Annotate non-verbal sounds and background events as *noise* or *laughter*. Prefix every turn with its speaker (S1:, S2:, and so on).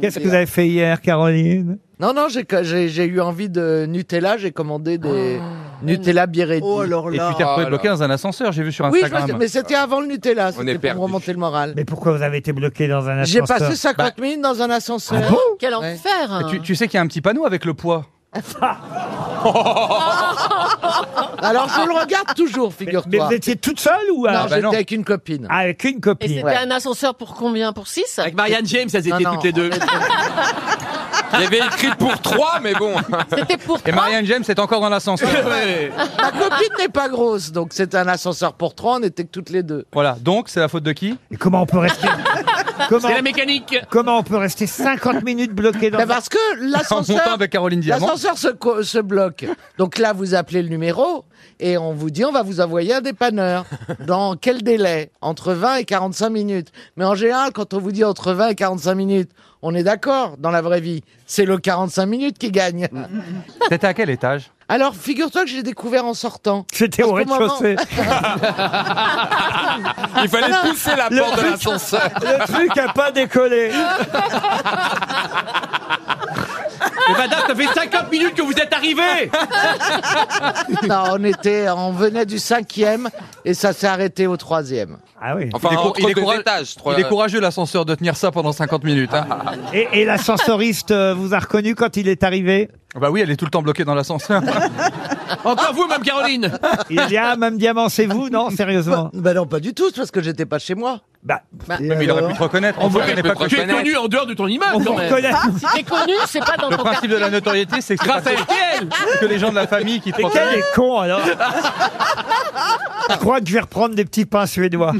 S1: Qu'est-ce que vous avez fait hier, Caroline
S2: Non, non, j'ai j'ai- j'ai eu envie de Nutella, j'ai commandé des Nutella Biretti.
S3: Oh alors
S4: Et
S3: là.
S4: tu t'es retrouvé
S5: là.
S4: bloqué dans un ascenseur, j'ai vu sur
S2: oui, je
S4: Instagram.
S2: vois- mais c'était avant le Nutella,
S5: est
S2: c'était pour
S5: perdu.
S2: me remonter le moral.
S1: Mais pourquoi vous avez été bloqué dans un
S2: J'ai
S1: ascenseur
S2: passé 50 minutes dans un ascenseur.
S1: Ah
S6: Quel
S2: Ouais.
S6: enfer hein.
S4: Et Bah, tu, tu sais qu'il y a un petit panneau avec le poids.
S2: Alors je le regarde toujours,
S1: Mais- Mais
S2: figure-toi.
S1: vous étiez toute seule ou
S2: Non,
S1: euh,
S4: bah
S2: j'étais
S4: non.
S2: avec une copine.
S1: ah, avec une
S6: Et c'était
S1: copine
S2: Ouais.
S6: un ascenseur pour combien Pour 6
S3: Avec Marianne James, elles
S2: Non,
S3: étaient
S2: non,
S3: toutes les *laughs* deux.
S5: Il y avait écrit pour trois, mais bon.
S6: C'était
S4: *laughs*
S6: pour
S4: Et
S2: Ah
S6: trois
S4: Marianne James est encore
S2: *laughs*
S4: dans l'ascenseur.
S2: Ma copine n'est pas grosse, donc c'est un ascenseur pour trois, on était que toutes les deux.
S4: voilà, donc c'est la faute de qui
S1: Et Comment on peut rester
S2: *laughs*
S1: comment,
S3: C'est la mécanique.
S1: comment on peut rester 50 minutes bloqué dans
S2: Mais
S1: un
S2: parce que
S4: En montant
S2: l'ascenseur...
S4: avec Caroline Diamant.
S2: L'ascenseur se, co- se bloque. Donc là, vous appelez le numéro et on vous dit on va vous envoyer un *laughs* dépanneur. Dans quel délai Entre 20 et 45 minutes. Mais en général, quand on vous dit entre 20 et 45 minutes, on est d'accord dans la vraie vie. C'est le 45 minutes qui gagne.
S4: T'étais à quel étage
S2: Alors, figure-toi que j'ai découvert en *laughs* sortant.
S1: J'étais au
S2: Parce qu'au
S1: rez-de-chaussée.
S5: Il fallait
S2: Ah,
S5: pousser la
S1: Le
S5: porte de
S1: truc-
S5: l'ascenseur.
S1: Le truc a pas
S2: *laughs*
S1: décollé.
S3: Mais madame, ça fait 50 minutes que vous êtes arrivée.
S2: Non, Ah, on était, on venait du cinquième et ça s'est arrêté au troisième.
S1: Ah oui.
S5: Enfin,
S4: Il est
S5: en-
S4: cour-
S5: il
S4: il
S5: est
S4: est courage-
S5: deux étages. trois- Ah.
S4: Il est courageux l'ascenseur de tenir ça pendant 50 minutes. hein.
S1: Et, et l'ascensoriste euh, vous a reconnu quand il est arrivé
S4: bah oui, elle est tout le temps bloquée
S5: *laughs*
S4: dans l'ascenseur.
S3: Encore vous, même Caroline.
S1: Il a dit Ah, Mme Diamant, c'est vous Non, sérieusement.
S2: Ben non, pas du tout, c'est parce que j'étais pas chez moi.
S1: Bah,
S4: Oui, mais il aurait pu te reconnaître. On vous
S5: il
S4: reconnaît
S5: peut
S4: pas
S5: te
S4: comme-
S3: Tu es
S5: reconnaître.
S3: connue en dehors de ton
S1: on
S3: image
S1: vous
S3: quand même.
S1: reconnaît.
S6: Si t'es connu, c'est pas dans
S4: Le
S6: ton
S4: principe de la notoriété, c'est que c'est pas
S3: Raphaël Kiel.
S4: que les gens de la famille qui te
S1: Mais quel
S4: reconnaissent.
S1: est con alors Je crois que je vais reprendre des petits pains suédois.